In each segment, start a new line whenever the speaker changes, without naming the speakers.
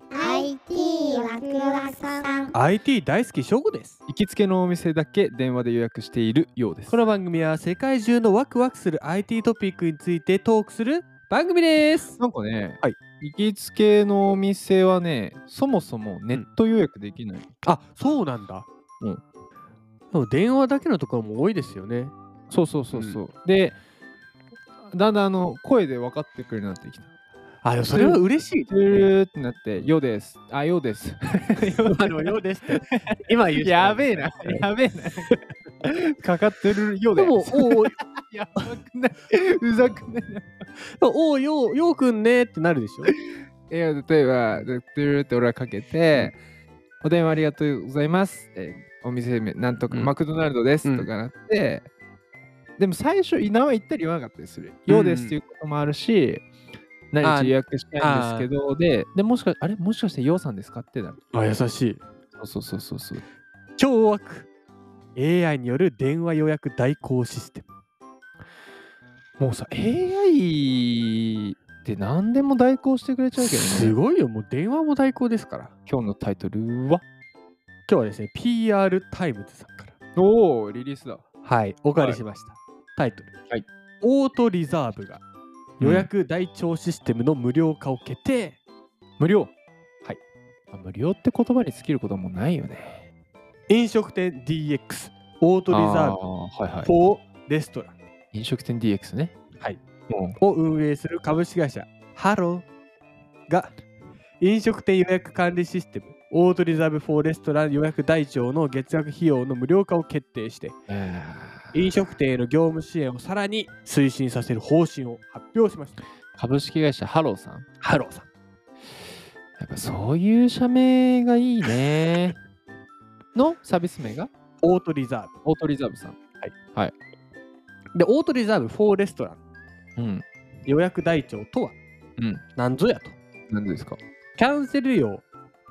IT ワクワクさん
IT 大好き翔吾です
行きつけのお店だけ電話で予約しているようです
この番組は世界中のワクワクする IT トピックについてトークする番組です
なんかね、
はい
行きつけのお店はねそもそもネット予約できない、
あそうなんだ
うん
でも電話だけのところも多いですよね
そうそうそうそう、でだんだんあの声で分かってくるようになってきた
あでもそれは嬉しい
トゥルーってなって「よ」です「あよ」です
今のようですって今言う
やべえ
な
なやべえ なかかってるよう
で
です
もおう
やばくないうざくない
おうようようくんねってなるでしょ
いや例えば、でトゥルーって俺はかけて、お電話ありがとうございます。えーお店名、なんとか、
うん
マクドナルドです、
うん
とかなって、でも最初、稲は行ったり言わなかったりする。
うん
ようですっていうこともあるし、何日予約したいんですけど、で、でもしかあれもしかしてようさんですかってなる。
あ優しい
そうそうそうそう。
超悪 AI による電話予約代行システム
もうさ、AI って何でも代行してくれちゃうけど
す
ね。
ごいよもう電話も代行ですから
今日のタイトルは
今日はですね PR タイムズさんから
おお、リリースだ。
はいお借りしました、タイトル、
はい
オートリザーブが予約台帳システムの無料化を決定、
無料はいまあ無料って言葉に尽きることはもうないよね
飲食店 DX オートリザー
ーはいは
ブ for レストラン
い飲食店 DX ね
はい
も
を運営する株式会社ハローが飲食店予約管理システムオートリザーブフォーレストラン予約台帳の月額費用の無料化を決定して
うえー
飲食店への業務支援をさらに推進させる方針を発表しました
株式会社ハローさん
ハローさん
やっぱそういう社名がい いねのサービス名が
オートリザー
オートリザーブさん
ブでオートリザーブフォーレストラン
うん
予約台帳とは
うん
何ぞやと
何ですか
キャンセル料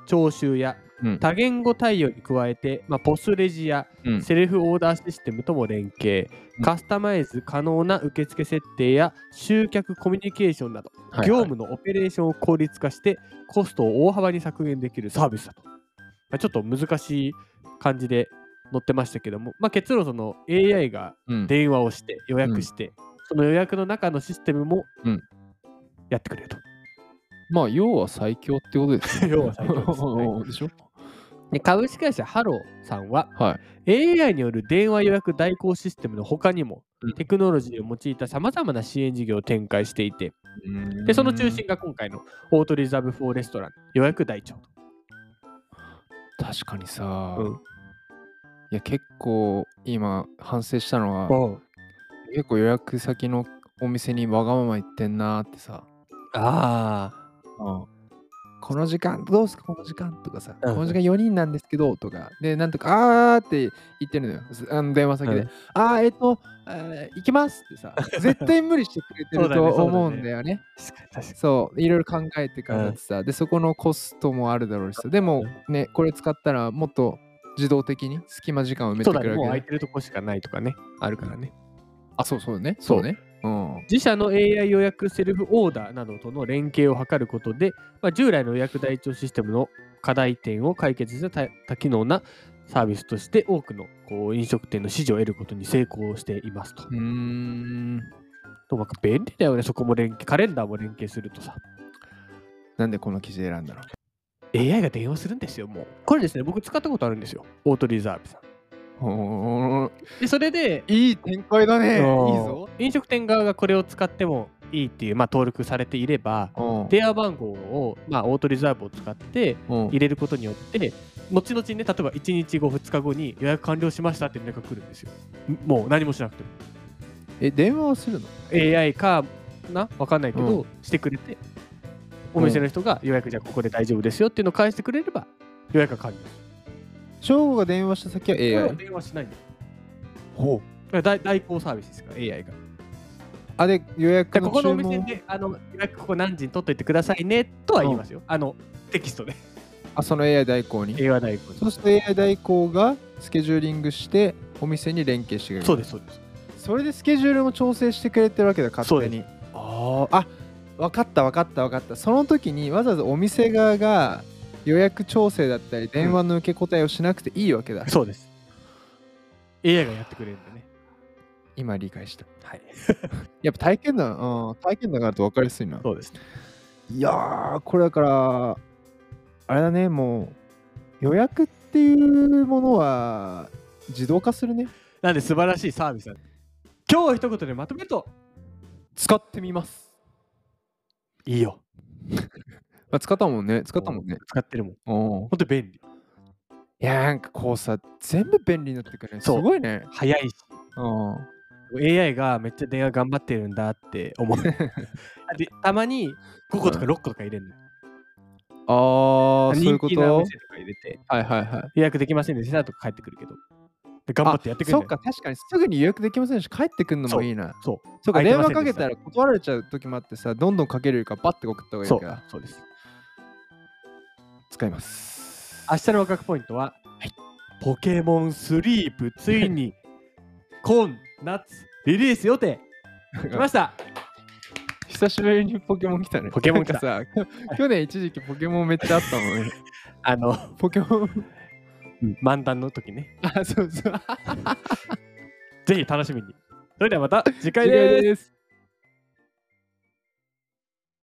徴収や
うん
多言語対応に加えて、まあ、ポスレジや
うん
セルフオーダーシステムとも連携、
うん
カスタマイズ可能な受付設定や集客コミュニケーションなど、
はい
業務のオペレーションを効率化してコストを大幅に削減できるサービスだと、まあ、ちょっと難しい感じで載ってましたけども、まあ、結論その AI が
うん
電話をして予約して、その予約の中のシステムも
うん
やってくれると、
まあ要は最強ってことです よ
要は最強ですね
うんでしょ
で株式会社ハローさんは
はい
AI による電話予約代行システムの他にも、
うん
テクノロジーを用いたさまざまな支援事業を展開していてでその中心が今回のオートリザーブ・フォーレストラン予約台帳
確かにさ、
うん
いや結構今反省したのは、結構予約先のお店にわがまま言ってんなーってさ、
あ
この時間どうすかこの時間とかさ、
うん
この時間4人なんですけどとかでなんとかあーって言ってるのよすあの電話先で、
うん
あーえっとあー行きます ってさ絶対無理してくれて
そう
る
だね
と
そうだね
思うんだよねそういろいろ考えてからだってさ、でそこのコストもあるだろうしさでもねこれ使ったらもっと自動的に隙間時間を埋めて
そう
く
だね
れる
もう
わ
空
け
い
ね
てるとこしかないとかねあるからね
あそうそうね
そう
そうねうん
自社の AI 予約セルフオーダーなどとの連携を図ることで、まあ、従来の予約台帳システムの課題点を解決した多多機能なサービスとして多くのこう飲食店の支持を得ることに成功していますと
うーん
とまあ便利だよね、そこも連携、カレンダーも連携するとさ。
なんでこの記事選んだの
AI が電話するんですよ、もう。これですね、僕使ったことあるんですよ、オートリザーブさん。
おー
で、それで、
いい展開だね
う
いい
ん
ぞ
飲食店側がこれを使ってもいいっていう、まあ、登録されていれば、
うん
電話番号を、まあ、オートリザーブを使って
うん
入れることによって、後々ね、例えば1日後、2日後に予約完了しましたって連絡が来るんですよ。んもう何もしなくても。
え電話をするの
AI かなわかんないけど、
う
してくれてお店の人が予約じゃあここで大丈夫ですよっていうのを返してくれれば予約が完了
翔吾が電話した先は
これは
AI
電話しないんだよ
ほう
だから代代行サービスですから AI が
あで予約
でこ
の
この
注
お店
文
であの予約ここ何時に取っといてくださいねとは言いますよ、あのテキストで
あその AI 代行に
AI 代行
そうすると AI 代行がスケジューリングしてお店に連携してくれる
そうですそうです
それでスケジュールも調整してくれてるわけだ勝手にあーあ分かった分かった分かったその時にわざわざお店側が予約調整だったり電話の受け答えをしなくていいわけだ、
そうです。AI がやってくれるんだね。
今理解した
はい。
やっぱ体験談、うん、体験談があると分かりやすいな
そうですね。
いやーこれだからあれだねもう予約っていうものは自動化するね
なんで素晴らしいサービスだ。今日を一言でまとめると
使ってみます、
いいよ。
まあ、使ったもんね使ったもんね
使ってるもん。
お
本当便利。
いやーなんかこうさ全部便利になってくるねす
そう
ごいね
早いし。
うん
AI がめっちゃ電話頑張ってるんだって思う。 でたまに5個とか6個とか入れるの。
あーそういうこ
人気なお
と
店とか入れて
はいはいはい
予約できませんでしたとか帰ってくるけど。で頑張ってやってくれる
そ
ん
う
だよ。
か確かにすぐに予約できませんし帰ってくるのもいいな
そう
そう
空
か
いて
電
ませ
話
んでし
かけ
た
たら断られちゃう時もあってさどんどんかけるよりかバッて送った方がい
そ
いうから
そうです。
使います
明日のワクワクポイントは、ポケモンスリープついに今夏リリース予定来ました
久しぶりにポケモン来たね。
ポケモン来た
なんかさ、 去年一時期ポケモンめっちゃあったもんね。
あの
ポケモン。
漫談の時ね
あ、そうそう。
ぜひ楽しみにそれではまた次
大
回です
です。